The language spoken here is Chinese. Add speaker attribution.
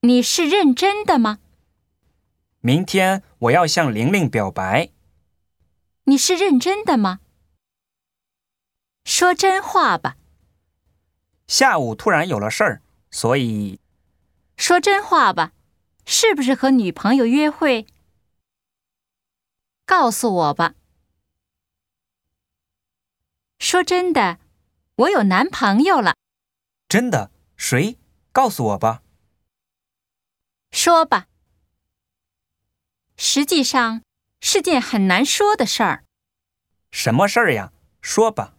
Speaker 1: 你是认真的吗？
Speaker 2: 明天我要向玲玲表白。
Speaker 1: 你是认真的吗？说真话吧，
Speaker 2: 下午突然有了事儿，所以
Speaker 1: 说真话吧，是不是和女朋友约会？告诉我吧。说真的，我有男朋友了。
Speaker 2: 真的谁告诉我吧？
Speaker 1: 说吧。实际上是件很难说的事儿。
Speaker 2: 什么事儿呀？说吧。